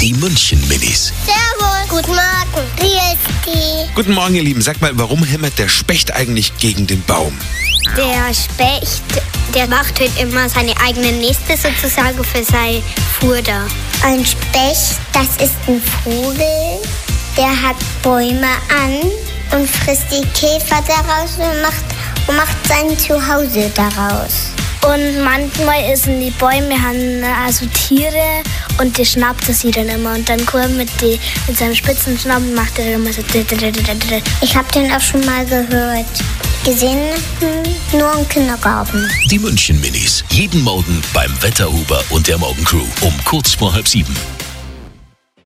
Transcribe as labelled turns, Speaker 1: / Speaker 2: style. Speaker 1: Die München-Minis.
Speaker 2: Servus. Guten Morgen. Wie ist die?
Speaker 1: Guten Morgen, ihr Lieben. Sag mal, warum hämmert der Specht eigentlich gegen den Baum?
Speaker 2: Der Specht, der macht halt immer seine eigene Neste sozusagen für sein Futter. Ein Specht, das ist ein Vogel, der hat Bäume an und frisst die Käfer daraus und macht, und macht sein Zuhause daraus. Und manchmal essen die Bäume haben also Tiere und die schnappt er sie dann immer. Und dann kommt er mit, die, mit seinem spitzen Schnappen macht er immer so. Ich habe den auch schon mal gehört. Gesehen hm, nur im Kindergarten.
Speaker 3: Die München Minis. Jeden Morgen beim Wetterhuber und der Morgencrew um kurz vor halb sieben.